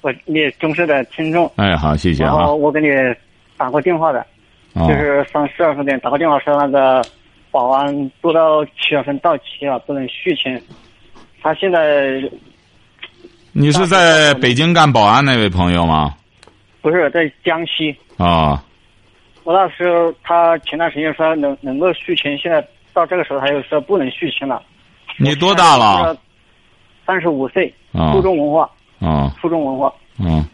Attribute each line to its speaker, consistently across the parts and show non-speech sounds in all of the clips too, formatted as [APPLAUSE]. Speaker 1: 我你忠实的听众，
Speaker 2: 哎，好，谢谢
Speaker 1: 然
Speaker 2: 啊
Speaker 1: 后。我给你打过电话的，
Speaker 2: 啊
Speaker 1: 就是上十二分点打过电话说那个保安做到七月份到期啊了，不能续签。他现在
Speaker 2: 你是在北京干保安那位朋友吗？
Speaker 1: 不是在江西，
Speaker 2: 啊，
Speaker 1: 我那时候他前段时间说能能够续签，现在到这个时候他又说不能续签了。
Speaker 2: 你多大了？？
Speaker 1: 三十五岁，
Speaker 2: 啊
Speaker 1: 初中文化，
Speaker 2: 啊
Speaker 1: 初中文化。
Speaker 2: 啊，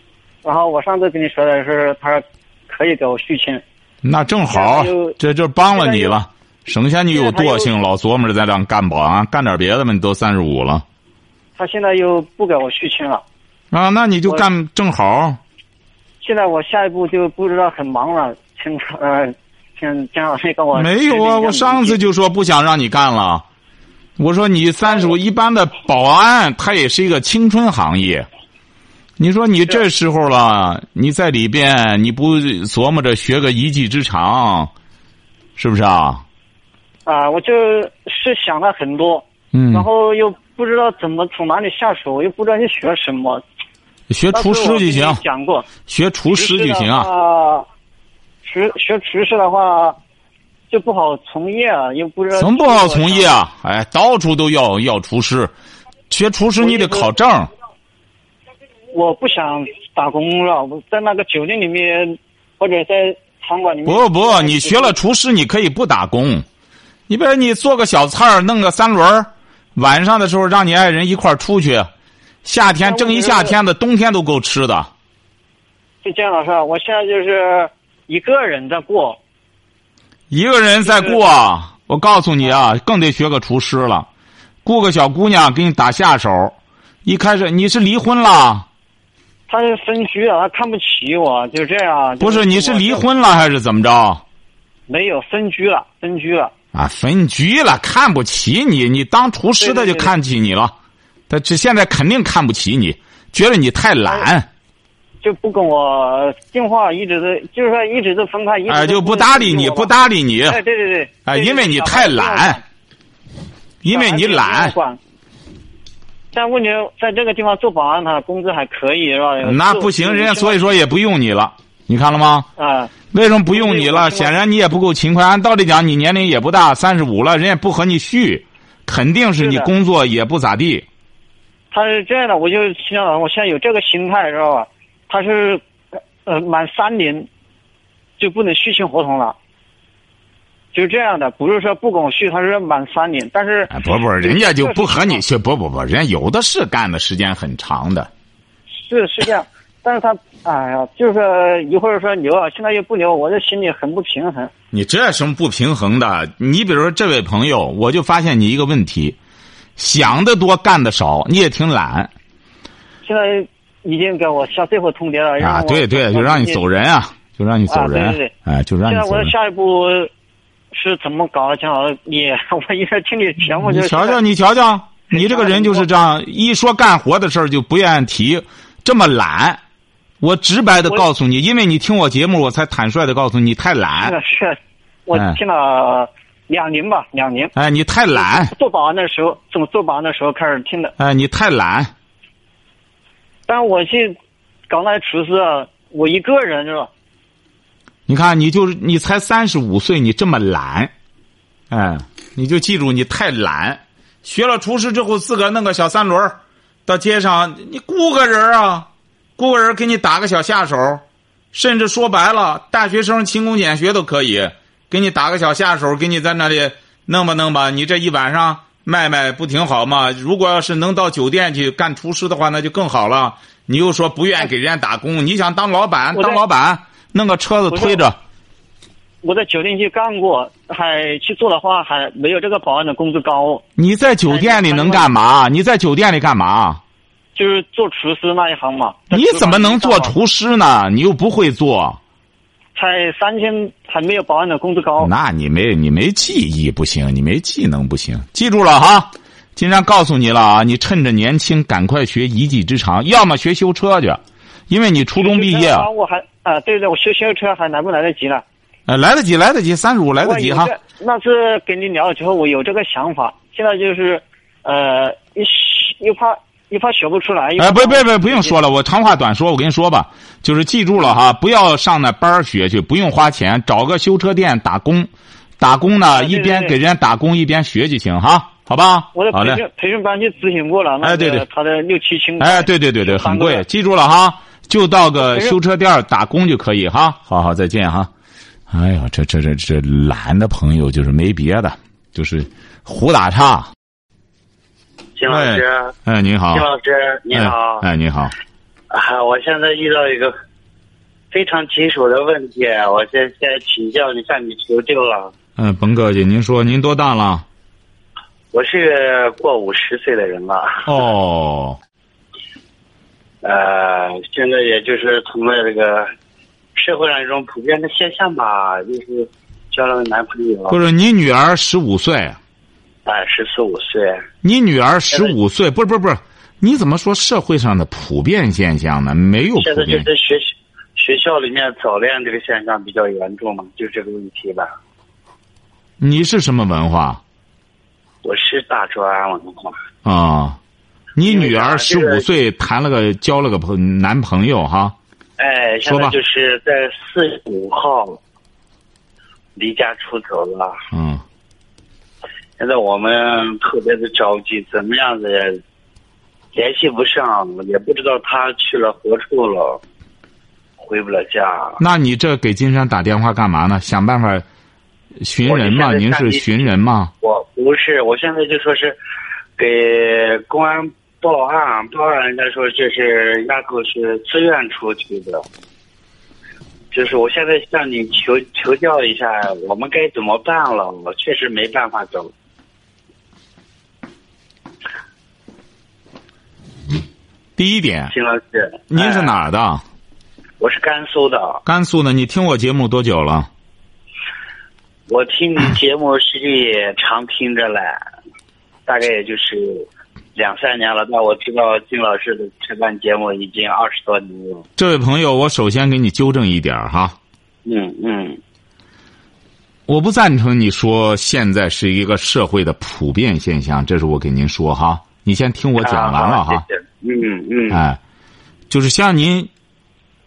Speaker 1: 然后我上次跟你说的是，他可以给我续签，
Speaker 2: 那正好
Speaker 1: 现在又，
Speaker 2: 这就帮了你了，省下你有惰
Speaker 1: 现在他
Speaker 2: 性，老琢磨着在这儿干保安，干点别的吧，你都三十五了
Speaker 1: 他现在又不给我续签了。
Speaker 2: 啊，那你就
Speaker 1: 我
Speaker 2: 干正好。
Speaker 1: 现在我下一步就不知道很忙了，请呃，请姜老师跟我
Speaker 2: 没有啊，我上次
Speaker 1: 就
Speaker 2: 就说不想让你干了，我说你三
Speaker 1: 哎
Speaker 2: 十五，一般的保安他也是一个青春行业。你说你这时候了，你在里边你不琢磨着学个一技之长，是不是啊？
Speaker 1: 啊、我就是想了很多，
Speaker 2: 嗯，
Speaker 1: 然后又不知道怎么从哪里下手，又不知道要学什么。
Speaker 2: 学厨师就行
Speaker 1: 当时我跟你，讲过
Speaker 2: 学厨师就行啊。
Speaker 1: 啊。厨学厨师的话，就不好从业啊，又不知道
Speaker 2: 怎么不好从业啊？哎，到处都要要厨师，学厨师你得考证。
Speaker 1: 我不想打工了，我在那个酒店里面或者在餐馆里面。
Speaker 2: 不不，你学了厨师，你可以不打工。你比如你做个小菜儿，弄个三轮儿，晚上的时候让你爱人一块儿出去，夏天
Speaker 1: 那
Speaker 2: 蒸一
Speaker 1: 我觉
Speaker 2: 夏
Speaker 1: 得
Speaker 2: 天的，冬天都够吃的。
Speaker 1: 就姜老师啊，我现在就是一个人在过，
Speaker 2: 一个人在
Speaker 1: 就是
Speaker 2: 过，我告诉你啊，更得学个厨师了。雇个小姑娘给你打下手，一开始你是离婚了，
Speaker 1: 他是分居了，他看不起我，就这样。
Speaker 2: 不？
Speaker 1: 就是
Speaker 2: 你是
Speaker 1: 我
Speaker 2: 离婚了还是怎么着？
Speaker 1: 没有分居了，分居了。
Speaker 2: 啊，分居了，看不起你，你当厨师的
Speaker 1: 对对
Speaker 2: 就
Speaker 1: 对
Speaker 2: 看起你了，他这现在肯定看不起你，觉得你太
Speaker 1: 哎
Speaker 2: 懒，
Speaker 1: 就不跟我电话，一直都就是说一直都分开，一直都
Speaker 2: 哎，就不搭理你，不
Speaker 1: 搭。
Speaker 2: 搭理你，
Speaker 1: 哎，对对对，
Speaker 2: 哎，
Speaker 1: 对
Speaker 2: 因为你
Speaker 1: 小孩
Speaker 2: 太
Speaker 1: 子不要
Speaker 2: 懒
Speaker 1: 管，
Speaker 2: 因为你
Speaker 1: 小孩
Speaker 2: 懒
Speaker 1: 子不，要管但问题在这个地方做保安，他工资还可以是吧？
Speaker 2: 那不行，人家所以说也不用你了，你看了吗？
Speaker 1: 啊，
Speaker 2: 为什么不用你
Speaker 1: 我
Speaker 2: 了？
Speaker 1: 听过
Speaker 2: 显然你也不够勤快。按道理讲，你年龄也不大，三十五了，人家不和你续，肯定是
Speaker 1: 是
Speaker 2: 你
Speaker 1: 的
Speaker 2: 工作也不咋地。
Speaker 1: 他是这样的，我就心想，我现在有这个心态，知道吧？他是，呃，满三年就不能续签合同了，就是这样的，不是说不跟我续，他是满三年，但是
Speaker 2: 哎，不不，人家就不和你续，不不不，人家有的是干的时间很长的。
Speaker 1: 是是这样，但是他，哎呀，就是说一会儿说留啊，现在又不留，我这心里很不平衡。
Speaker 2: 你这有什么不平衡的？你比如说这位朋友，我就发现你一个问题，想的多，干的少，你也挺懒
Speaker 1: 现在已经给我下最后通牒了，让
Speaker 2: 啊。
Speaker 1: 哎我
Speaker 2: 对对，就让你走。人啊，就让你走人，
Speaker 1: 啊对对对
Speaker 2: 哎，就让
Speaker 1: 现
Speaker 2: 你
Speaker 1: 在
Speaker 2: 走
Speaker 1: 我的
Speaker 2: 人。
Speaker 1: 下一步是怎么搞？姜老师，你 [LAUGHS] 我一直听你节目就
Speaker 2: 你
Speaker 1: 是
Speaker 2: 瞧瞧，你瞧瞧，你这个人就是这样，一说干活的事儿就不愿提，这么懒。我直白的
Speaker 1: 我
Speaker 2: 告诉你，因为你听我节目，我才坦率的告诉你，你太懒
Speaker 1: 是，是，我
Speaker 2: 哎
Speaker 1: 听了两年吧，两年。
Speaker 2: 哎，你太懒，
Speaker 1: 做保安的时候，从做保安的时候开始听的。
Speaker 2: 哎，你太懒。
Speaker 1: 但我去搞那些厨师啊，我一个人是吧？
Speaker 2: 你看，你就是你才三十五岁，你这么懒，哎，你就记住你太懒。学了厨师之后，自个儿弄个小三轮儿到街上你雇个人儿啊，雇个人儿给你打个小下手，甚至说白了，大学生勤工俭学都可以，给你打个小下手，给你在那里弄吧弄吧，你这一晚上卖卖不挺好吗？如果要是能到酒店去干厨师的话，那就更好了。你又说不愿意给人家打工，你想当老板，
Speaker 1: 我在
Speaker 2: 当老板弄个车子推着，
Speaker 1: 我在酒店去干过，还去做的话，还没有这个保安的工资高。
Speaker 2: 你在酒店里能干嘛？你在酒店里干嘛？
Speaker 1: 就是做厨师那一行嘛。在
Speaker 2: 你
Speaker 1: 厨房
Speaker 2: 怎么能做
Speaker 1: 干嘛？
Speaker 2: 厨师呢？你又不会做，
Speaker 1: 才三千，还没有保安的工资高。
Speaker 2: 那你没你没技艺不行，你没技能不行。记住了哈，金山告诉你了啊，你趁着年轻赶快学一技之长，要么学修车去，因为你初中毕业，
Speaker 1: 啊，我还啊、对对，我修修车还来不来得及呢？
Speaker 2: 呃，来得及，来得及，三十五来得及哈
Speaker 1: 我有。这。那次跟你聊了之后，我有这个想法，现在就是，呃，一又怕又怕学不出来。
Speaker 2: 哎，不不不，不用
Speaker 1: 了。
Speaker 2: 说了，我长话短说，我跟你说吧，就是记住了哈，不要上那班儿学去，不用花钱，找个修车店打工，打工呢
Speaker 1: 对
Speaker 2: 一
Speaker 1: 对
Speaker 2: 边
Speaker 1: 对
Speaker 2: 给人家打工一边学就行哈，好吧？
Speaker 1: 我的
Speaker 2: 好
Speaker 1: 培
Speaker 2: 嘞，
Speaker 1: 训嗯培训班去咨询过了，那
Speaker 2: 哎
Speaker 1: 个
Speaker 2: 对对
Speaker 1: 他的六七千块，
Speaker 2: 哎，对对对对，很
Speaker 1: 三个
Speaker 2: 贵，
Speaker 1: 月
Speaker 2: 记住了哈，就到个
Speaker 1: 培训
Speaker 2: 修车店儿打工就可以哈。好好，再见哈。哎呀，这这这这懒的朋友就是没别的，就是胡打岔。
Speaker 3: 金老师，
Speaker 2: 哎，您好
Speaker 3: 金，老师你好、
Speaker 2: 哎，哎您好，
Speaker 3: 啊！我现在遇到一个非常棘手的问题，我现在请教你，向你求救了。
Speaker 2: 嗯，甭客气，您说您多大
Speaker 1: [LAUGHS]
Speaker 2: 了？
Speaker 3: 我是过五十岁的人了，
Speaker 2: 哦。
Speaker 3: 呃，现在也就是存在这个社会上一种普遍的现象吧，就是交了个男朋友，
Speaker 2: 不是你女儿十五岁，
Speaker 3: 哎，十四五岁，
Speaker 2: 你女儿十五岁，
Speaker 3: 哎
Speaker 2: 不是不是不是，你怎么说社会上的普遍现象呢？没有
Speaker 3: 现
Speaker 2: 普
Speaker 3: 在就
Speaker 2: 遍，
Speaker 3: 是学习学校里面早恋这个现象比较严重嘛，就这个问题吧。
Speaker 2: 你是什么文化
Speaker 3: 我是大专文化。
Speaker 2: 啊？你女儿十
Speaker 3: 这
Speaker 2: 五
Speaker 3: 个
Speaker 2: 岁谈了个交了个朋男朋友哈？
Speaker 3: 哎，现
Speaker 2: 说吧
Speaker 3: 在就是在四月五号离家出走了。
Speaker 2: 嗯，
Speaker 3: 现在我们特别的着急，怎么样子也联系不上，也不知道他去了何处了，回不了家。
Speaker 2: 那你这给金山打电话干嘛呢？想办法寻
Speaker 3: 我就
Speaker 2: 人吗？
Speaker 3: 现在
Speaker 2: 您
Speaker 3: 上
Speaker 2: 是
Speaker 3: 级
Speaker 2: 寻人吗？
Speaker 3: 我不是，我现在就说是给公安报案，报案人家说这是人家狗是自愿出去的，就是我现在向你求求教一下，我们该怎么办了？我确实没办法走。
Speaker 2: 第一点，
Speaker 3: 金老师，
Speaker 2: 您是
Speaker 3: 哎
Speaker 2: 哪儿的？
Speaker 3: 我是甘肃的，
Speaker 2: 甘肃的。你听我节目多久了？
Speaker 3: 我听你节目是也常听着嘞，大概也就是两三年了。但我知道金老师的这档节目已经二十多年了。
Speaker 2: 这位朋友，我首先给你纠正一点儿哈。
Speaker 3: 嗯嗯。
Speaker 2: 我不赞成你说现在是一个社会的普遍现象，这是我给您说哈。你先听我讲完了哈
Speaker 3: 啊。，好谢谢嗯嗯，
Speaker 2: 哎，就是像您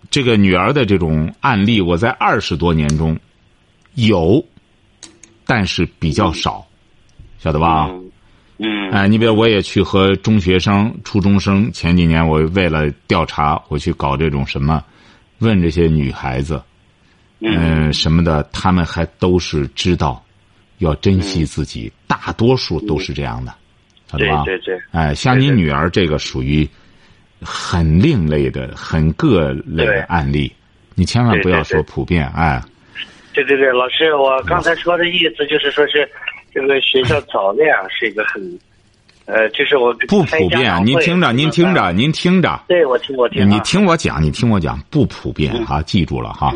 Speaker 2: 这个女儿的这种案例，我在二十多年中有，但是比较少，晓得吧？
Speaker 3: 嗯，嗯，
Speaker 2: 哎，你比如我也去和中学生、初中生，前几年我为了调查，我去搞这种什么，问这些女孩子，
Speaker 3: 嗯
Speaker 2: 嗯、什么的，他们还都是知道要珍
Speaker 3: 嗯
Speaker 2: 惜自己，大多数都是这样的，晓得
Speaker 3: 对
Speaker 2: 吧？
Speaker 3: 对对，
Speaker 2: 哎，像你
Speaker 3: 对对
Speaker 2: 女儿这个属于很另类的、很各类
Speaker 3: 对
Speaker 2: 的案例，你千万
Speaker 3: 对
Speaker 2: 不要
Speaker 3: 对
Speaker 2: 说
Speaker 3: 对
Speaker 2: 普遍，哎，
Speaker 3: 对对对，老师，我刚才说的意思就是说是这个学校早恋啊是一个很，呃，就是我
Speaker 2: 不
Speaker 3: 开
Speaker 2: 普
Speaker 3: 家长
Speaker 2: 遍。
Speaker 3: 会
Speaker 2: 您听着，您听，着，您听着，
Speaker 3: 对我听我听啊，嗯
Speaker 2: 你听我讲，你听我讲，不普遍哈，记住了哈。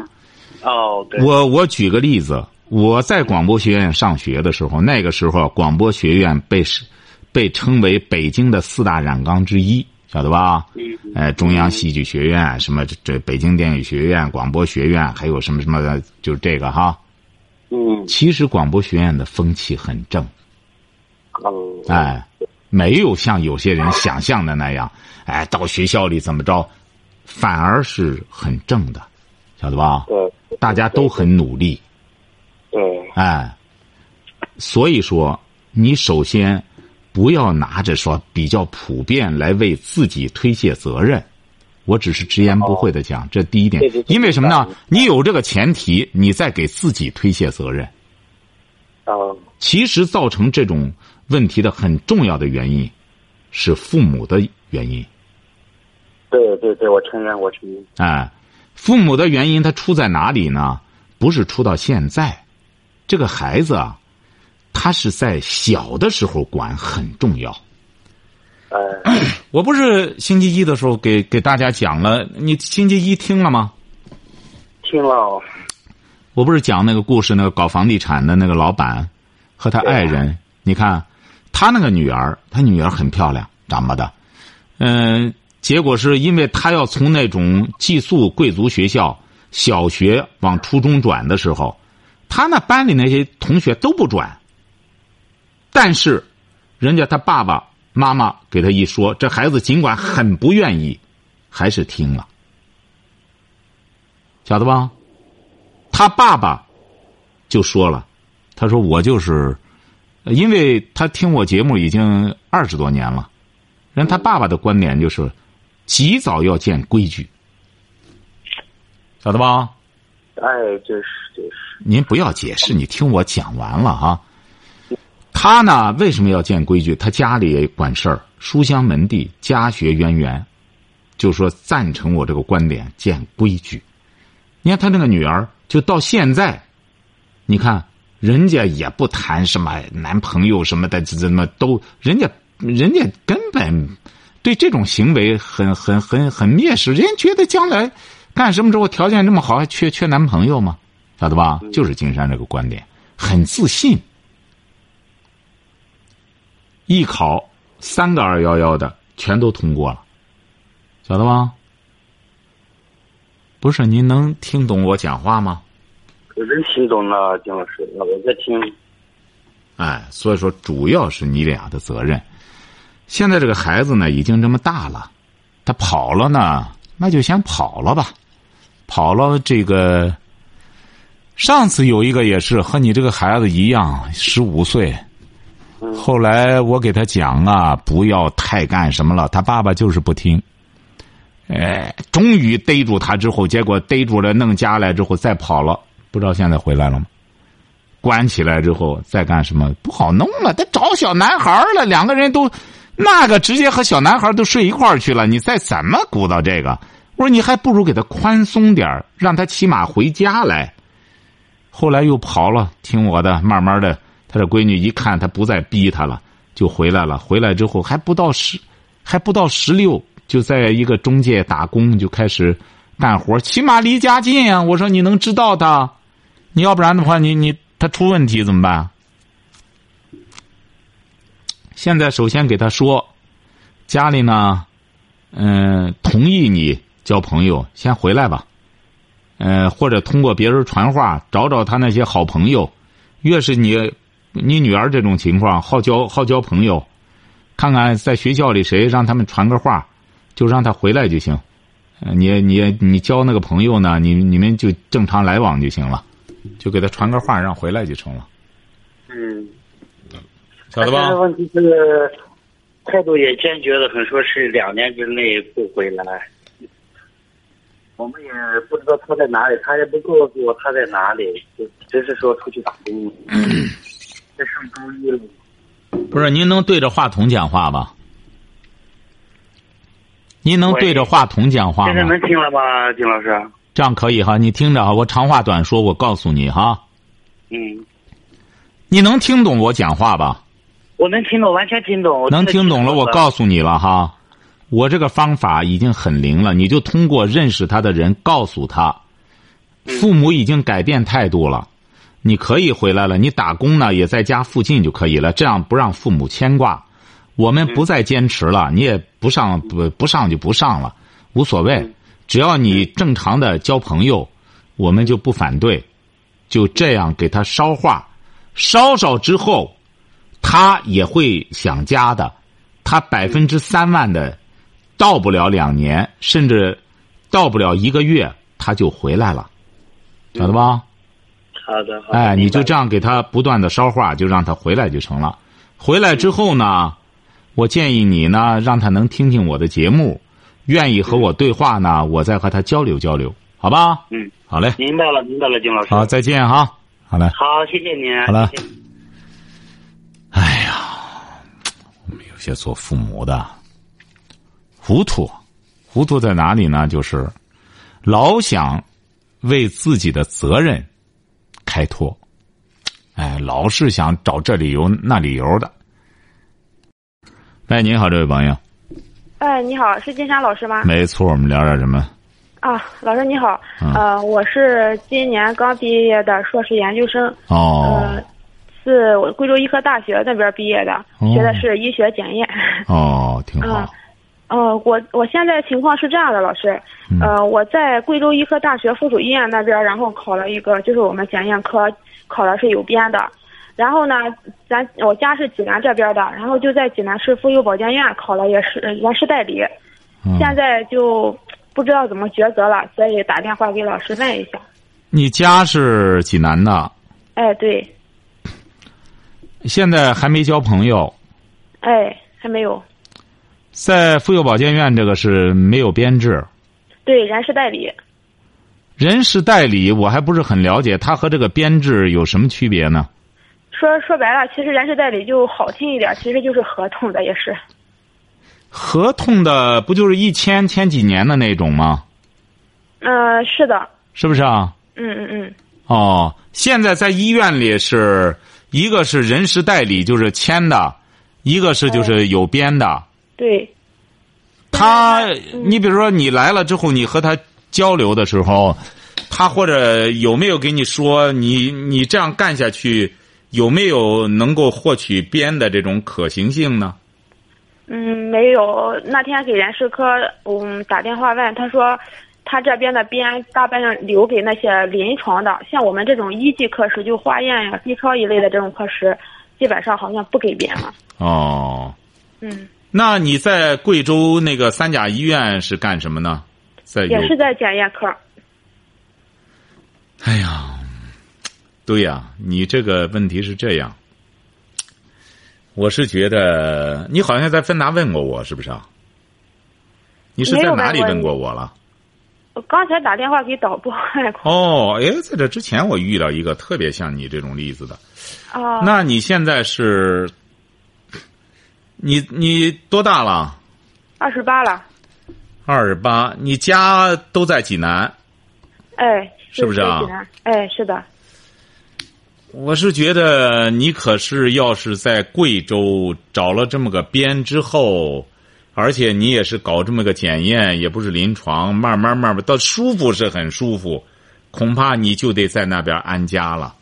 Speaker 3: 哦，对，
Speaker 2: 我我举个例子，我在广播学院上学的时候，那个时候广播学院被是被称为北京的四大染缸之一，晓得吧？
Speaker 3: 嗯嗯
Speaker 2: 哎，中央戏剧学院、什么这这北京电影学院、广播学院，还有什么什么的，就是这个哈。
Speaker 3: 嗯
Speaker 2: 其实广播学院的风气很正，
Speaker 3: 哦，
Speaker 2: 哎，没有像有些人想象的那样，哎，到学校里怎么着，反而是很正的，晓得吧？
Speaker 3: 对
Speaker 2: 大家都很努力。
Speaker 3: 对，
Speaker 2: 哎，所以说，你首先不要拿着说比较普遍来为自己推卸责任。我只是直言不讳的讲，这第一点
Speaker 3: 对对。对
Speaker 2: 因为什么呢
Speaker 3: 明白？
Speaker 2: 你有这个前提，你再给自己推卸责任。
Speaker 3: 哦，
Speaker 2: 其实造成这种问题的很重要的原因，是父母的原因。
Speaker 3: 对对对，我承认我承认，
Speaker 2: 哎，父母的原因他出在哪里呢？不是出到现在，这个孩子啊，他是在小的时候管很重要。
Speaker 3: 呃，
Speaker 2: [COUGHS] 我不是星期一的时候给给大家讲了，你星期一听了吗？
Speaker 3: 听了，
Speaker 2: 我不是讲那个故事，那个搞房地产的那个老板和他爱人，你看他那个女儿，他女儿很漂亮，长么的，嗯、结果是因为他要从那种寄宿贵族学校小学往初中转的时候，他那班里那些同学都不转，但是人家他爸爸妈妈给他一说，这孩子尽管很不愿意，还是听了，晓得吧？他爸爸就说了，他说我就是，呃因为他听我节目已经二十多年了，人他爸爸的观点就是，及早要建规矩，晓得吧？
Speaker 3: 哎，就是就是，
Speaker 2: 您不要解释，你听我讲完了啊。他呢，为什么要建规矩？他家里也管事儿，书香门第，家学渊源，就说赞成我这个观点，建规矩。你看他那个女儿，就到现在，你看人家也不谈什么男朋友什么的，怎么都，人家人家根本对这种行为很很很很蔑视，人家觉得将来干什么之后条件这么好，还缺缺男朋友吗？晓得吧？就是金山这个观点，很自信。艺考三个二幺幺的全都通过了，晓得吧？不是您能听懂我讲话吗？
Speaker 3: 我真听懂了，金老师，我在听，
Speaker 2: 哎，所以说主要是你俩的责任。现在这个孩子呢，已经这么大了，他跑了呢，那就先跑了吧。跑了这个，上次有一个也是和你这个孩子一样，十五岁。后来我给他讲啊，不要太干什么了，他爸爸就是不听。哎，终于逮住他之后，结果逮住了，弄家来之后再跑了，不知道现在回来了吗？关起来之后再干什么不好弄了？他找小男孩儿了，两个人都那个直接和小男孩儿都睡一块儿去了，你再怎么鼓捣这个？我说你还不如给他宽松点儿让他起码回家来。后来又跑了，听我的，慢慢的，他的闺女一看他不再逼他了，就回来了。回来之后还不到十，还不到十六，就在一个中介打工，就开始干活，起码离家近啊。我说你能知道他，你要不然的话，你你他出问题怎么办？现在首先给他说，家里呢，嗯、同意你交朋友，先回来吧。呃，或者通过别人传话找找他那些好朋友，越是你，你女儿这种情况，好交好交朋友，看看在学校里谁让他们传个话，就让他回来就行。呃你你你交那个朋友呢，你你们就正常来往就行了，就给他传个话，让回来就成了，
Speaker 3: 嗯。
Speaker 2: 晓得
Speaker 3: 他现在
Speaker 2: 吧？
Speaker 3: 问题是态度也坚决的很，说是两年之内不回来。我们也不知道他在哪里，他也不告诉我他在哪里，就只是说出去打工。
Speaker 2: 嗯
Speaker 3: 这上周一了，
Speaker 2: 不是，您能对着话筒讲话吧？您能
Speaker 3: 喂
Speaker 2: 对着话筒讲话
Speaker 3: 现在
Speaker 2: 吗？
Speaker 3: 能听了吧，金老师？
Speaker 2: 这样可以哈，你听着哈，我长话短说，我告诉你哈，
Speaker 3: 嗯，
Speaker 2: 你能听懂我讲话吧？
Speaker 3: 我能听懂，完全听懂。我
Speaker 2: 能
Speaker 3: 真的
Speaker 2: 听懂了，我告诉你了哈，我这个方法已经很灵了，你就通过认识他的人告诉他，父母已经改变态度了，你可以回来了，你打工呢也在家附近就可以了，这样不让父母牵挂。我们不再坚持了，你也不上不不上就不上了，无所谓，只要你正常的交朋友，我们就不反对，就这样给他捎话，捎捎之后，他也会想家的，他百分之三万的，到不了两年，甚至到不了一个月，他就回来了，晓得吧？
Speaker 3: 好的，好的。
Speaker 2: 哎，你就这
Speaker 3: 样。
Speaker 2: 样给他不断的捎话，就让他回来就成了。回来之后呢，我建议你呢，让他能听听我的节目，愿意和我对话呢，我再和他交流交流，好吧？
Speaker 3: 嗯，
Speaker 2: 好嘞，
Speaker 3: 明白了，明白了，金老师。
Speaker 2: 好，再见哈，好嘞。
Speaker 3: 好，谢谢您。
Speaker 2: 好了
Speaker 3: 谢谢
Speaker 2: 哎呀，我们有些做父母的糊涂，糊涂在哪里呢？就是老想为自己的责任开脱，哎，老是想找这理由那理由的。哎，您好，这位朋友，
Speaker 4: 哎，你好，是金山老师吗？
Speaker 2: 没错，我们聊点什么？
Speaker 4: 啊，老师你好，
Speaker 2: 嗯
Speaker 4: 呃，我是今年刚毕业的硕士研究生，
Speaker 2: 哦
Speaker 4: 呃，是我贵州医科大学那边毕业的，
Speaker 2: 哦
Speaker 4: 学的是医学检验。 [LAUGHS]
Speaker 2: 哦，挺好
Speaker 4: 啊。呃，我我现在情况是这样的，老师，
Speaker 2: 嗯
Speaker 4: 呃，我在贵州医科大学附属医院那边，然后考了一个，就是我们检验科考的是有编的，然后呢，咱我家是济南这边的，然后就在济南市妇幼保健院考了也是人事代理，
Speaker 2: 嗯
Speaker 4: 现在就不知道怎么抉择了，所以打电话给老师问一下。
Speaker 2: 你家是济南的，
Speaker 4: 哎，对，
Speaker 2: 现在还没交朋友，
Speaker 4: 哎，还没有，
Speaker 2: 在妇幼保健院这个是没有编制，
Speaker 4: 对人事代理，
Speaker 2: 人事代理我还不是很了解，它和这个编制有什么区别呢？
Speaker 4: 说说白了，其实人事代理就好听一点，其实就是合同的，也是。
Speaker 2: 合同的不就是一签签几年的那种吗？
Speaker 4: 嗯、是的，
Speaker 2: 是不是啊？
Speaker 4: 嗯嗯嗯，
Speaker 2: 哦，现在在医院里是一个是人事代理，就是签的，一个是就是有编的。
Speaker 4: 对，
Speaker 2: 他，你比如说你来了之后，你和他交流的时候，他或者有没有给你说你你这样干下去有没有能够获取编的这种可行性呢？
Speaker 4: 嗯，没有。那天给人事科嗯打电话问，他说他这边的编大半量留给那些临床的，像我们这种一级科室，就化验呀、B 超一类的这种科室，基本上好像不给编了。
Speaker 2: 哦，
Speaker 4: 嗯，
Speaker 2: 那你在贵州那个三甲医院是干什么呢？在有
Speaker 4: 也是在检验科。
Speaker 2: 哎呀，对呀、你这个问题是这样，我是觉得你好像在芬达问过我，是不是啊？你是
Speaker 4: 没
Speaker 2: 在
Speaker 4: 有
Speaker 2: 哪里
Speaker 4: 问
Speaker 2: 问
Speaker 4: 过
Speaker 2: 过我了？
Speaker 4: 我刚才打电话给导播 [LAUGHS] 啊问过。
Speaker 2: 哦，哎，在这之前我遇到一个特别像你这种例子的。
Speaker 4: 啊，
Speaker 2: 那你现在是，你你多大了？
Speaker 4: 二十八了，
Speaker 2: 二十八。你家都在济南？
Speaker 4: 哎，
Speaker 2: 是不是啊
Speaker 4: 在济南？哎，是的，
Speaker 2: 我是觉得你可是要是在贵州找了这么个编之后，而且你也是搞这么个检验，也不是临床，慢慢慢慢到舒服是很舒服，恐怕你就得在那边安家了。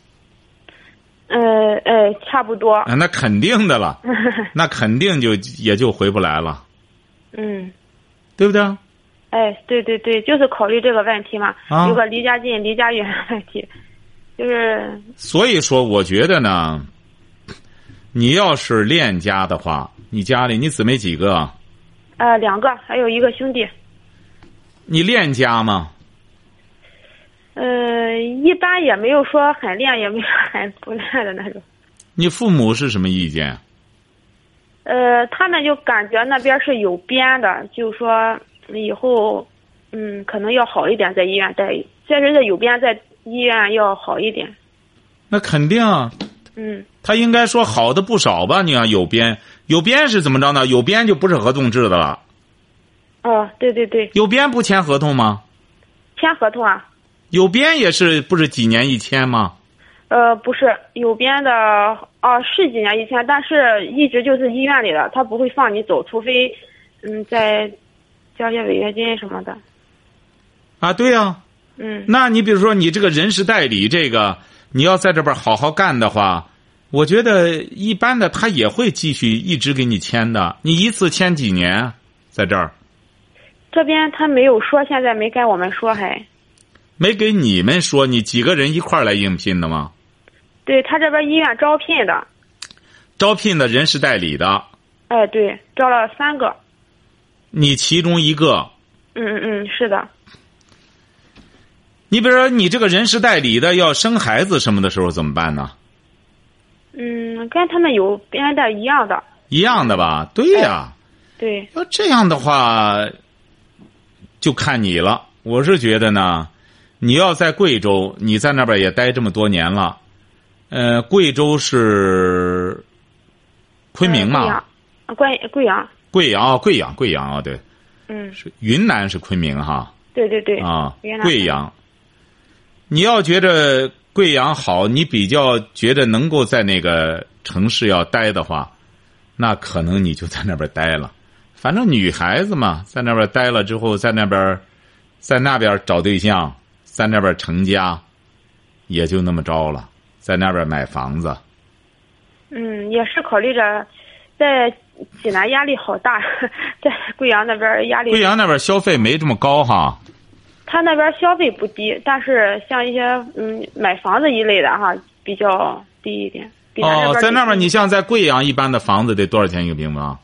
Speaker 4: 呃，哎，差不多，
Speaker 2: 啊，那肯定的了，那肯定就也就回不来了，
Speaker 4: 嗯，
Speaker 2: 对不对？
Speaker 4: 哎，对对对，就是考虑这个问题嘛，
Speaker 2: 啊
Speaker 4: 有个离家近、离家远的问题，就是，
Speaker 2: 所以说，我觉得呢，你要是恋家的话，你家里你姊妹几个啊？
Speaker 4: 呃，两个，还有一个兄弟，
Speaker 2: 你恋家吗？
Speaker 4: 呃，一般也没有说很练，也没有很不练的那种，
Speaker 2: 你父母是什么意见？
Speaker 4: 呃，他们就感觉那边是有编的，就说呃以后，嗯，可能要好一点，在医院待遇，确实是有编，在医院要好一点，
Speaker 2: 那肯定啊，
Speaker 4: 嗯。
Speaker 2: 他应该说好的不少吧？你看有编，有编是怎么着呢？有编就不是合同制的了，
Speaker 4: 哦，对对对，
Speaker 2: 有编不签合同吗？
Speaker 4: 签合同啊，
Speaker 2: 有编也是不是几年一签吗？
Speaker 4: 呃，不是有编的，哦，是几年以前，但是一直就是医院里的，他不会放你走，除非，嗯，再交些违约金什么的，
Speaker 2: 啊，对呀、
Speaker 4: 嗯，
Speaker 2: 那你比如说你这个人事代理这个，你要在这边好好干的话，我觉得一般的他也会继续一直给你签的。你一次签几年？啊在这儿
Speaker 4: 这边他没有说，现在没跟我们说还，
Speaker 2: 没给你们说你几个人一块儿来应聘的吗？
Speaker 4: 对他这边医院招聘的，
Speaker 2: 招聘的人事代理的，
Speaker 4: 哎，对，招了三个，
Speaker 2: 你其中一个。
Speaker 4: 嗯嗯嗯，是的，
Speaker 2: 你比如说，你这个人事代理的要生孩子什么的时候怎么办呢？
Speaker 4: 嗯，跟他们有编的一样的，
Speaker 2: 一样的吧？对呀、
Speaker 4: 对，
Speaker 2: 要这样的话，就看你了。我是觉得呢，你要在贵州，你在那边也待这么多年了，呃，贵州是昆明
Speaker 4: 贵
Speaker 2: 嘛
Speaker 4: 阳，，啊贵贵阳，
Speaker 2: 呃贵阳啊，贵阳，贵阳啊，对，
Speaker 4: 嗯，
Speaker 2: 是云南是昆明哈
Speaker 4: 对对对， [LAUGHS]
Speaker 2: 啊
Speaker 4: 云，南
Speaker 2: 贵阳。你要觉着贵阳好，你比较觉着能够在那个城市要待的话，那可能你就在那边待了。反正女孩子嘛，在那边待了之后，在那边，在那边找对象，在那边成家，也就那么着了。在那边买房子，
Speaker 4: 嗯，也是考虑着，在济南压力好大， [LAUGHS] 在贵阳那边压力。
Speaker 2: 贵阳那边消费没这么高哈。
Speaker 4: 他那边消费不低，但是像一些嗯买房子一类的哈，比较低一点。比咱
Speaker 2: 哦，
Speaker 4: 这
Speaker 2: 在那
Speaker 4: 边
Speaker 2: 边
Speaker 4: 低
Speaker 2: 你像在贵阳一般的房子得多少钱一个平方？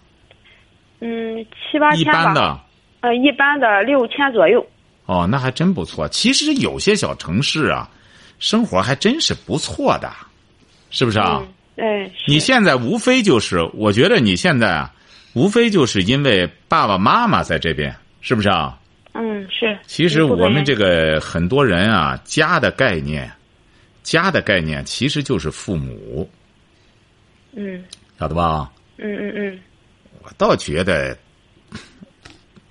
Speaker 4: 嗯七八
Speaker 2: 一
Speaker 4: 千吧。
Speaker 2: 般的。
Speaker 4: 呃，一般的六千左右。
Speaker 2: 哦，那还真不错。其实有些小城市啊，生活还真是不错的，是不是啊？
Speaker 4: 嗯，哎，是
Speaker 2: 你现在无非就是，我觉得你现在啊，无非就是因为爸爸妈妈在这边，是不是啊？
Speaker 4: 嗯是。
Speaker 2: 其实
Speaker 4: 你不
Speaker 2: 我们这
Speaker 4: 个
Speaker 2: 个很多人啊，家的概念，家的概念其实就是父母，
Speaker 4: 嗯
Speaker 2: 晓得吧？
Speaker 4: 嗯嗯嗯
Speaker 2: 我倒觉得，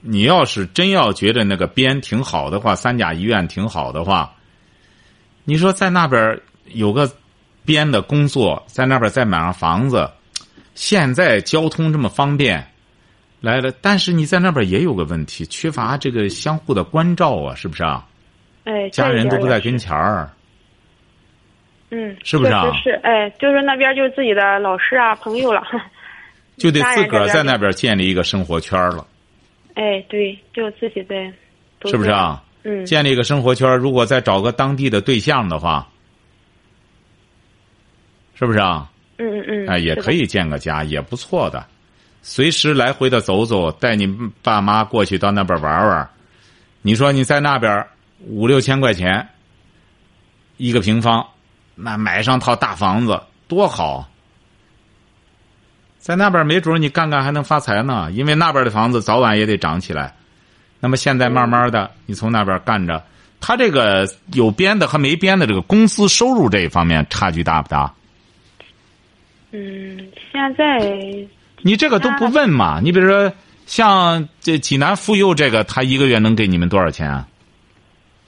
Speaker 2: 你要是真要觉得那个边挺好的话，三甲医院挺好的话，你说在那边儿有个边的工作，在那边儿再买上房子，现在交通这么方便，来了，但是你在那边儿也有个问题，缺乏这个相互的关照啊，是不是啊？
Speaker 4: 哎，
Speaker 2: 家人都不在跟
Speaker 4: 前。
Speaker 2: 前儿，
Speaker 4: 嗯，
Speaker 2: 是不是啊
Speaker 4: 确实是，哎，就是那边就是自己的老师啊、朋友了。
Speaker 2: 就得
Speaker 4: 家
Speaker 2: 自
Speaker 4: 人
Speaker 2: 个儿
Speaker 4: 在
Speaker 2: 在
Speaker 4: 那
Speaker 2: 那边儿建立一个生活圈儿了，
Speaker 4: 哎，对，就自己在。都
Speaker 2: 是不是啊？
Speaker 4: 嗯，
Speaker 2: 建立一个生活圈儿，如果再找个当地的对象的话，是不是啊？
Speaker 4: 嗯嗯嗯，
Speaker 2: 哎，也
Speaker 4: 是
Speaker 2: 可
Speaker 4: 的。
Speaker 2: 以建个家，也不错的。随时来回的走走，带你爸妈过去到那边玩玩。你说你在那边五六千块钱一个平方，那买上套大房子多好。在那边没准儿你干干还能发财呢，因为那边的房子早晚也得涨起来。那么现在慢慢的，你从那边干着，他这个有编的和没编的这个公司收入这一方面差距大不大？
Speaker 4: 嗯，现在
Speaker 2: 你这个都不问嘛？你比如说，像这济南妇幼这个，他一个月能给你们多少钱啊？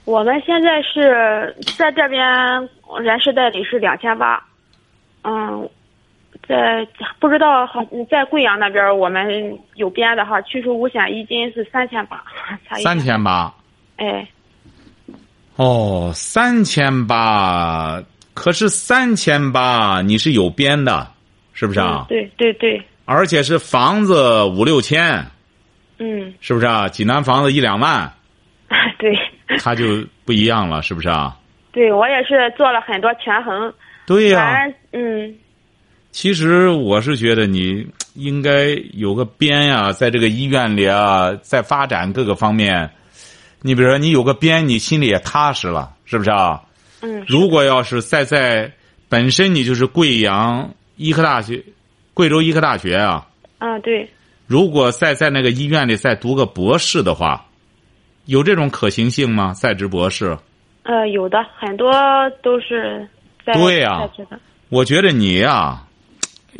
Speaker 4: 我们现在是在这边人事代理是两千八，嗯，在不知道好在贵阳那边我们有编的哈，去除五险一金是三千八，啊差一
Speaker 2: 三，千八。
Speaker 4: 哎，
Speaker 2: 哦，三千八，可是三千八你是有编的，是不是啊
Speaker 4: 嗯？对对对，
Speaker 2: 而且是房子五六千，
Speaker 4: 嗯， [LAUGHS]
Speaker 2: 是不是啊？济南房子一两万，
Speaker 4: 对
Speaker 2: 他就不一样了，是不是啊？
Speaker 4: 对，我也是做了很多权衡，
Speaker 2: 对呀、
Speaker 4: 反正嗯
Speaker 2: 其实我是觉得你应该有个编呀、在这个医院里啊，在发展各个方面，你比如说你有个编，你心里也踏实了，是不是啊？
Speaker 4: 嗯
Speaker 2: 如果要是再在本身你就是贵阳医科大学、贵州医科大学啊，
Speaker 4: 啊对，
Speaker 2: 如果再在那个医院里再读个博士的话，有这种可行性吗？在职博士？
Speaker 4: 呃有的很多都是在
Speaker 2: 对呀
Speaker 4: 在这个
Speaker 2: 我觉得你呀、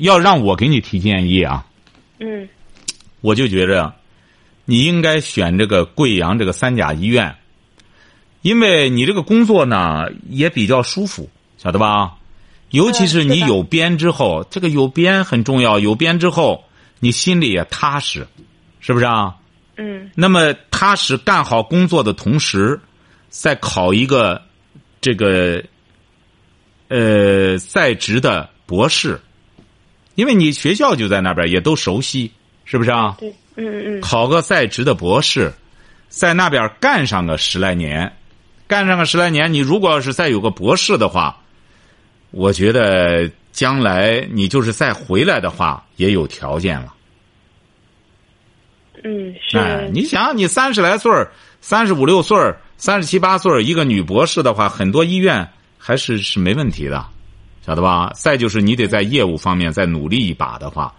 Speaker 2: 要让我给你提建议啊，
Speaker 4: 嗯
Speaker 2: 我就觉着，你应该选这个贵阳这个三甲医院，因为你这个工作呢也比较舒服，晓得吧？尤其是你
Speaker 4: 是的
Speaker 2: 有编之后，这个有编很重要，有编之后你心里也踏实，是不是啊？
Speaker 4: 嗯
Speaker 2: 那么踏实干好工作的同时，再考一个这个呃在职的博士，因为你学校就在那边，也都熟悉，是不是啊？
Speaker 4: 对嗯嗯
Speaker 2: 考个在职的博士，在那边干上个十来年，干上个十来年，你如果要是再有个博士的话，我觉得将来你就是再回来的话，也有条件了。
Speaker 4: 嗯是
Speaker 2: 哎，你想想，你三十来岁儿、三十五六岁儿、三十七八岁儿，一个女博士的话，很多医院还是是没问题的，晓得吧？再就是你得在业务方面再努力一把的话，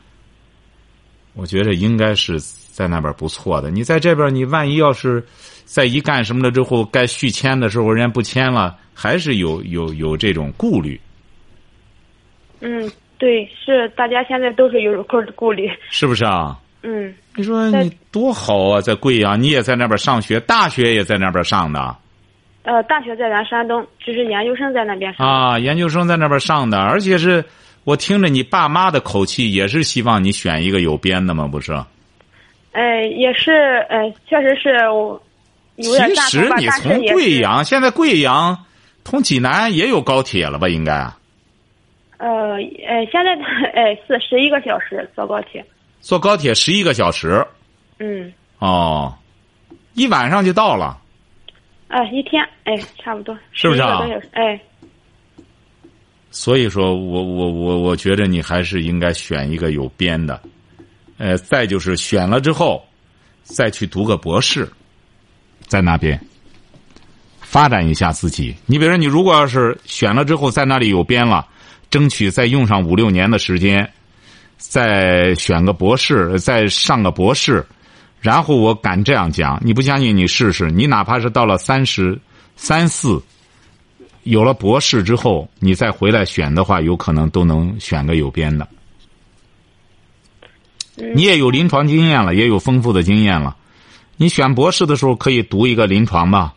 Speaker 2: 我觉着应该是在那边不错的。你在这边，你万一要是再一干什么了之后，该续签的时候人家不签了，还是有有有这种顾虑，
Speaker 4: 嗯，对，是大家现在都是有顾顾虑。
Speaker 2: 是不是啊？
Speaker 4: 嗯，
Speaker 2: 你说
Speaker 4: 在
Speaker 2: 你多好啊，在贵阳，你也在那边上学，大学也在那边上的。
Speaker 4: 呃，大学在咱山东，只是研究生在那边上。
Speaker 2: 啊啊，研究生在那边上的，而且是我听着你爸妈的口气，也是希望你选一个有编的吗？不是？
Speaker 4: 呃，也是，呃，确实是我有点
Speaker 2: 其
Speaker 4: 赞
Speaker 2: 实
Speaker 4: 同吧，
Speaker 2: 你
Speaker 4: 但是
Speaker 2: 从
Speaker 4: 也
Speaker 2: 贵
Speaker 4: 是
Speaker 2: 阳，现在贵阳通济南也有高铁了吧？应该啊
Speaker 4: 呃呃，现在呃是十一个小时坐高铁，
Speaker 2: 坐高铁十一个小时
Speaker 4: 嗯，
Speaker 2: 哦，一晚上就到了。
Speaker 4: 哎、一天哎、差不多，
Speaker 2: 是不是啊
Speaker 4: 11个多小时哎、
Speaker 2: 所以说我我我我觉得你还是应该选一个有编的，呃，再就是选了之后，再去读个博士，在那边发展一下自己。你比如说，你如果要是选了之后在那里有编了，争取再用上五六年的时间，再选个博士，再上个博士，然后我敢这样讲，你不相信你试试，你哪怕是到了三十三四。有了博士之后，你再回来选的话，有可能都能选个有编的。
Speaker 4: 嗯
Speaker 2: 你也有临床经验了，也有丰富的经验了。你选博士的时候可以读一个临床吧？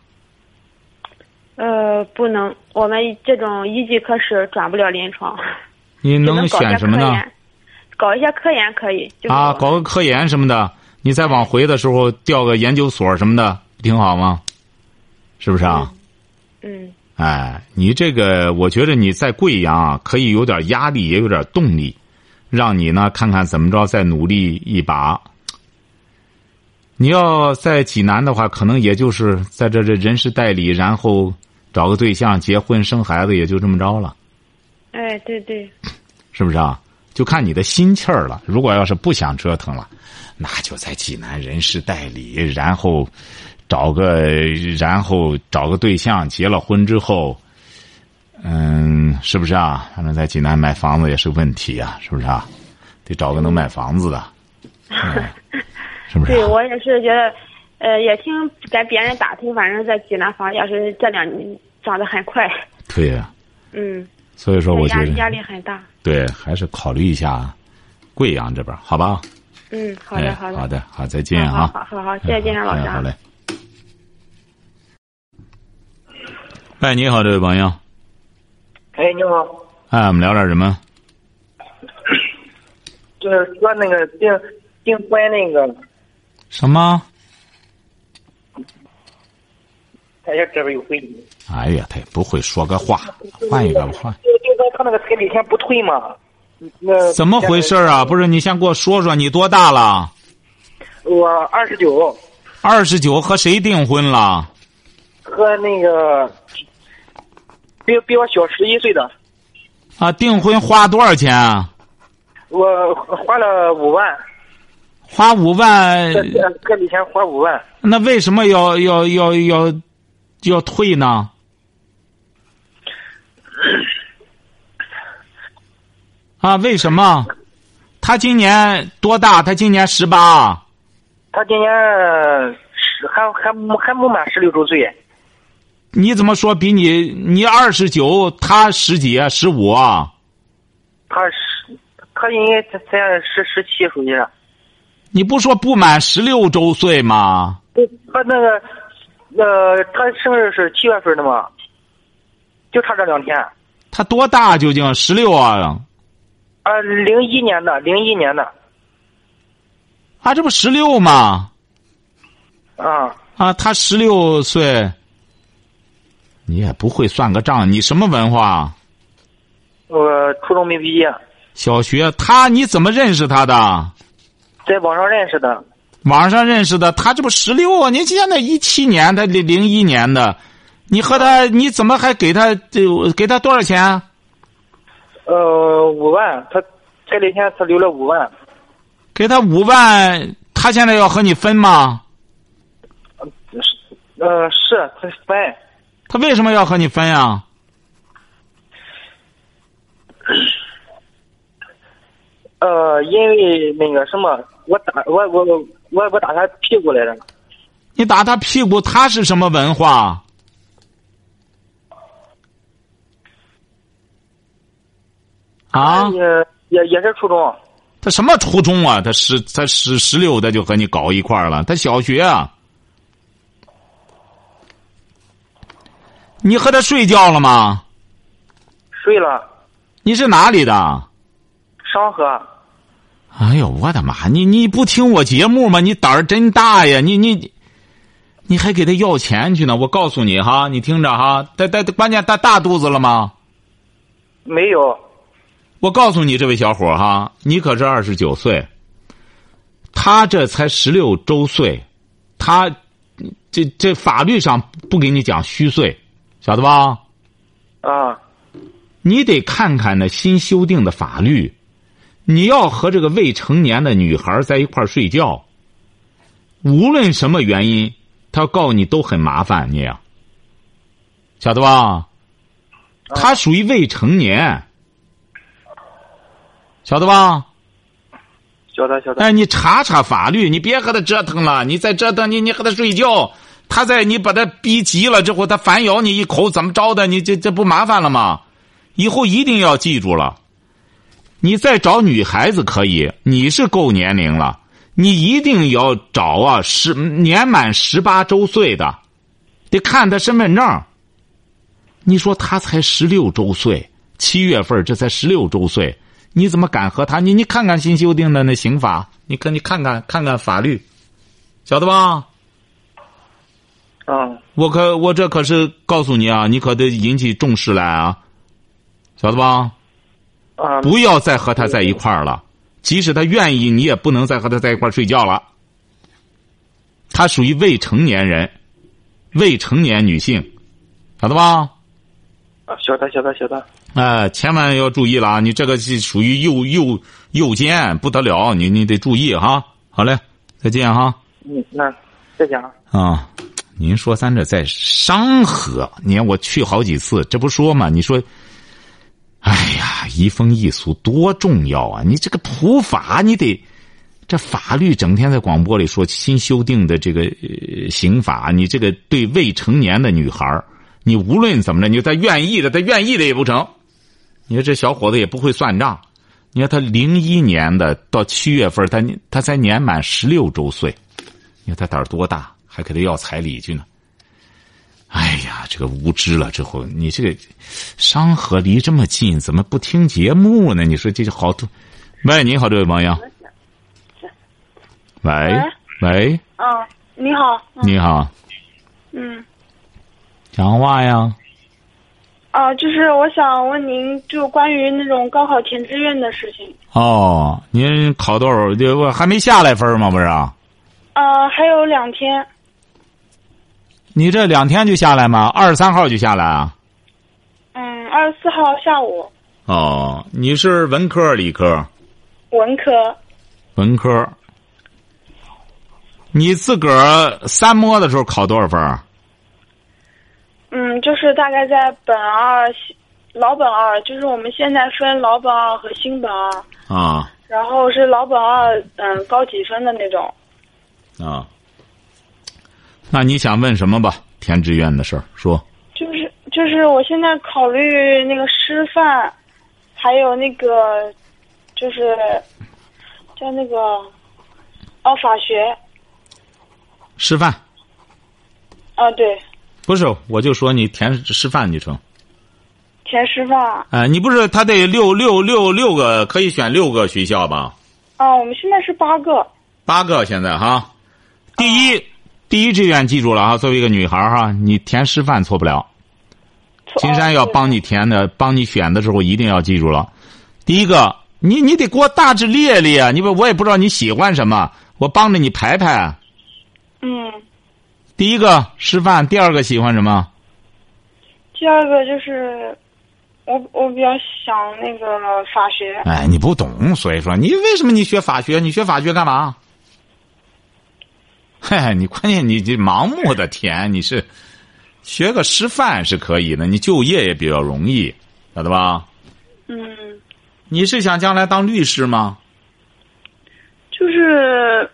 Speaker 4: 呃，不能，我们这种一级科室转不了临床，
Speaker 2: 你
Speaker 4: 只
Speaker 2: 能
Speaker 4: 搞一
Speaker 2: 选
Speaker 4: 些
Speaker 2: 什么
Speaker 4: 科
Speaker 2: 呢？
Speaker 4: 研？搞一些科研可以，就是
Speaker 2: 啊，
Speaker 4: 我
Speaker 2: 搞个科研什么的，你再往回的时候调个研究所什么的，不挺好吗？是不是啊？
Speaker 4: 嗯
Speaker 2: 哎，你这个，我觉得你在贵阳啊，可以有点压力，也有点动力，让你呢看看怎么着再努力一把。你要在济南的话，可能也就是在这这人事代理，然后找个对象结婚生孩子，也就这么着了，
Speaker 4: 哎对对，
Speaker 2: 是不是啊？就看你的心气儿了。如果要是不想折腾了，那就在济南人事代理，然后找个然后找个对象，结了婚之后，嗯，是不是啊？反正在济南买房子也是问题啊，是不是啊？得找个能买房子的，嗯
Speaker 4: [LAUGHS]
Speaker 2: 是不是、
Speaker 4: 对
Speaker 2: 啊？
Speaker 4: 我也是觉得，呃，也听咱别人打听，反正在济南房价是这两年涨得很快，
Speaker 2: 对呀、
Speaker 4: 嗯，
Speaker 2: 所以说我觉
Speaker 4: 压压
Speaker 2: 得
Speaker 4: 力很大，
Speaker 2: 对，还是考虑一下贵阳这边儿，好吧？
Speaker 4: 嗯，好
Speaker 2: 哎
Speaker 4: 的，好的，
Speaker 2: 好的，好，再见啊！
Speaker 4: 好好好，谢谢金山老师
Speaker 2: 哎
Speaker 4: 啊，
Speaker 2: 好嘞。哎，你好，这位朋友。
Speaker 5: 哎，你好，
Speaker 2: 哎，我们聊点什么？
Speaker 5: [CLEARS THROAT] 就是说那个订订婚那个，
Speaker 2: 什么？
Speaker 5: 他家这边有回礼，
Speaker 2: 哎呀，他也不会说个话，换一个吧，换。
Speaker 5: 就订婚他那个彩礼钱不退嘛？那
Speaker 2: 怎么回事？啊？不是，你先给我说说，你多大了？
Speaker 5: 我二十九，
Speaker 2: 二十九和谁订婚了？
Speaker 5: 和那个比比我小十一岁的，
Speaker 2: 啊，订婚花多少钱啊？
Speaker 5: 我花了五万，
Speaker 2: 花五万
Speaker 5: 这，这彩礼钱花五万，
Speaker 2: 那为什么要要要要要退呢？啊，为什么？他今年多大？他今年十八。
Speaker 5: 他今年十还还没还没满十六周岁，
Speaker 2: 你怎么说比你你二十九，他十几啊？十五啊？
Speaker 5: 他十他应该才才十十七属于是。
Speaker 2: 你不说不满十六周岁吗？
Speaker 5: 他那个，呃，他生日是七月份的嘛，就差这两天。
Speaker 2: 他多大究竟？十六啊？
Speaker 5: 啊，零一年的，零一年的，
Speaker 2: 啊，这不十六吗？
Speaker 5: 啊，
Speaker 2: 啊，他十六岁。你也不会算个账，你什么文化啊？
Speaker 5: 我初中没毕业，
Speaker 2: 小学，他你怎么认识他的？
Speaker 5: 在网上认识的。
Speaker 2: 网上认识的，他这不十六啊？您现在一七年，他零零一年的，你和他你怎么还给他这给他多少钱啊？
Speaker 5: 呃，五万，他这两天他留了五万，
Speaker 2: 给他五万，他现在要和你分吗？
Speaker 5: 嗯呃，是他分，
Speaker 2: 他为什么要和你分呀、
Speaker 5: 呃，因为那个什么，我打我我我我我打他屁股来着，
Speaker 2: 你打他屁股，他是什么文化？啊，
Speaker 5: 也也也是初中，
Speaker 2: 他什么初中啊？他十他十十六，他就和你搞一块儿了。他小学啊，你和他睡觉了吗？
Speaker 5: 睡了，
Speaker 2: 你是哪里的？
Speaker 1: 商河。
Speaker 2: 哎呦，我的妈！你你不听我节目吗？你胆儿真大呀！你你，你还给他要钱去呢！我告诉你哈，你听着哈，他他他关键他大肚子了吗？
Speaker 1: 没有，
Speaker 2: 我告诉你，这位小伙儿哈，你可是二十九岁，他这才十六周岁，他这这法律上不给你讲虚岁，晓得吧？
Speaker 1: 啊，
Speaker 2: 你得看看那新修订的法律，你要和这个未成年的女孩在一块儿睡觉，无论什么原因，他告你都很麻烦，你晓得吧？他属于未成年，晓得吧？
Speaker 1: 晓得晓得。
Speaker 2: 哎，你查查法律，你别和他折腾了，你再折腾你你和他睡觉，他在你把他逼急了之后，他反咬你一口，怎么着的？你这这不麻烦了吗？以后一定要记住了，你再找女孩子可以，你是够年龄了，你一定要找啊十年满十八周岁的，得看他身份证。你说他才十六周岁，七月份这才十六周岁，你怎么敢和他？你你看看新修订的那刑法，你看你看看看看法律，晓得吧？
Speaker 1: 嗯，
Speaker 2: 我可我这可是告诉你啊，你可得引起重视来啊，晓得吧？
Speaker 1: 啊，
Speaker 2: 不要再和他在一块儿了。即使他愿意，你也不能再和他在一块儿睡觉了。他属于未成年人，未成年女性，晓得吧？
Speaker 1: 啊晓得晓得晓得。
Speaker 2: 哎，千万要注意了啊！你这个是属于右右右肩，不得了，你你得注意哈。好嘞，再见哈。
Speaker 1: 嗯，那再见啊。
Speaker 2: 啊，您说咱这在商河，你看我去好几次，这不说嘛？你说，哎呀，移风易俗多重要啊！你这个普法，你得这法律整天在广播里说新修订的这个、呃刑法，你这个对未成年的女孩儿你无论怎么着，你说她愿意的，她愿意的也不成。你说这小伙子也不会算账。你看他零一年的到七月份，他他才年满十六周岁，你看他胆儿多大，还给他要彩礼去呢。哎呀，这个无知了之后，你这个商河离这么近，怎么不听节目呢？你说这就好多。喂，你好，这位朋友。喂喂，
Speaker 4: 嗯，你好，嗯
Speaker 2: 你好，
Speaker 4: 嗯，
Speaker 2: 讲话呀。
Speaker 4: 啊、就是我想问您，就关于那种高考填志愿的事情，
Speaker 2: 哦，您考多少？这我还没下来分吗？不是啊？
Speaker 4: 呃，还有两天，
Speaker 2: 你这两天就下来吗？二十三号就下来啊？
Speaker 4: 嗯，二十四号下午，
Speaker 2: 哦，你是文科、理科？
Speaker 4: 文科，
Speaker 2: 文科。你自个儿三模的时候考多少分儿？啊
Speaker 4: 嗯，就是大概在本二、老本二，就是我们现在分老本二和新本二，
Speaker 2: 啊
Speaker 4: 然后是老本二，嗯，高几分的那种。
Speaker 2: 啊。那你想问什么吧？填志愿的事儿，说
Speaker 4: 就是就是我现在考虑那个师范，还有那个就是叫那个哦法学
Speaker 2: 师范
Speaker 4: 啊，对，
Speaker 2: 不是？我就说你填师范就成。
Speaker 4: 填师范啊、
Speaker 2: 哎、你不是他得六六六六个，可以选六个学校吧？
Speaker 4: 啊我们现在是八个，
Speaker 2: 八个现在哈，第一、第一志愿记住了啊，作为一个女孩儿哈，你填师范错不了。
Speaker 4: 错
Speaker 2: 金山要帮你填的，帮你选的时候一定要记住了。第一个，你你得给我大致列列，你不我也不知道你喜欢什么，我帮着你排排。
Speaker 4: 嗯，
Speaker 2: 第一个师范，第二个喜欢什么？
Speaker 4: 第二个就是我我比较想那个法学，
Speaker 2: 哎，你不懂，所以说你为什么你学法学？你学法学干嘛？嘿嘿，你关键你这盲目的填，你是学个师范是可以的，你就业也比较容易，晓得吧？
Speaker 4: 嗯，
Speaker 2: 你是想将来当律师吗？
Speaker 4: 就是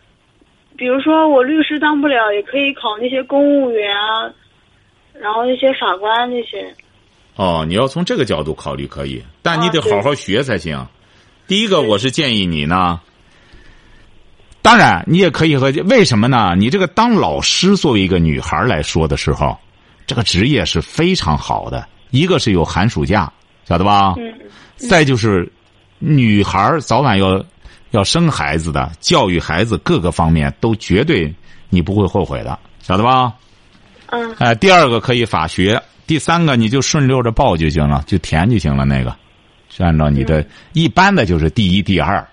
Speaker 4: 比如说我律师当不了，也可以考那些公务员啊，然后那些法官那些。
Speaker 2: 哦，你要从这个角度考虑可以，但你
Speaker 4: 啊
Speaker 2: 得
Speaker 4: 对
Speaker 2: 好好学才行。第一个，我是建议你呢，当然你也可以和为什么呢？你这个当老师作为一个女孩儿来说的时候，这个职业是非常好的。一个是有寒暑假，晓得吧？
Speaker 4: 嗯
Speaker 2: 再就是女孩儿早晚要要生孩子的，教育孩子各个方面都绝对你不会后悔的，晓得吧？
Speaker 4: 嗯，
Speaker 2: 哎，第二个可以法学，第三个你就顺溜着报就行了，就填就行了。那个是按照你的、
Speaker 4: 嗯
Speaker 2: 一般的就是第一、第二，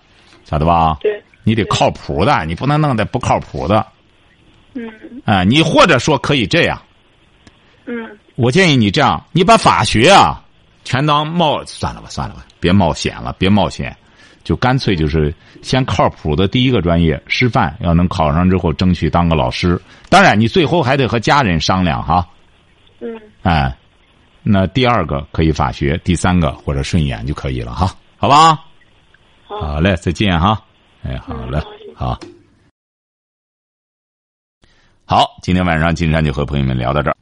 Speaker 2: 晓得吧？
Speaker 4: 对，
Speaker 2: 你得靠谱的，你不能弄的不靠谱的。
Speaker 4: 嗯
Speaker 2: 哎、你或者说可以这样，
Speaker 4: 嗯
Speaker 2: 我建议你这样，你把法学啊，全当冒算了吧，算了吧，别冒险了，别冒险，就干脆就是先靠谱的第一个专业师范，要能考上之后，争取当个老师。当然，你最后还得和家人商量哈，
Speaker 4: 嗯，
Speaker 2: 哎，那第二个可以法学，第三个或者顺眼就可以了哈，好吧？
Speaker 4: 好
Speaker 2: 好嘞，再见哈。哎，好嘞，好。好，今天晚上金山就和朋友们聊到这儿。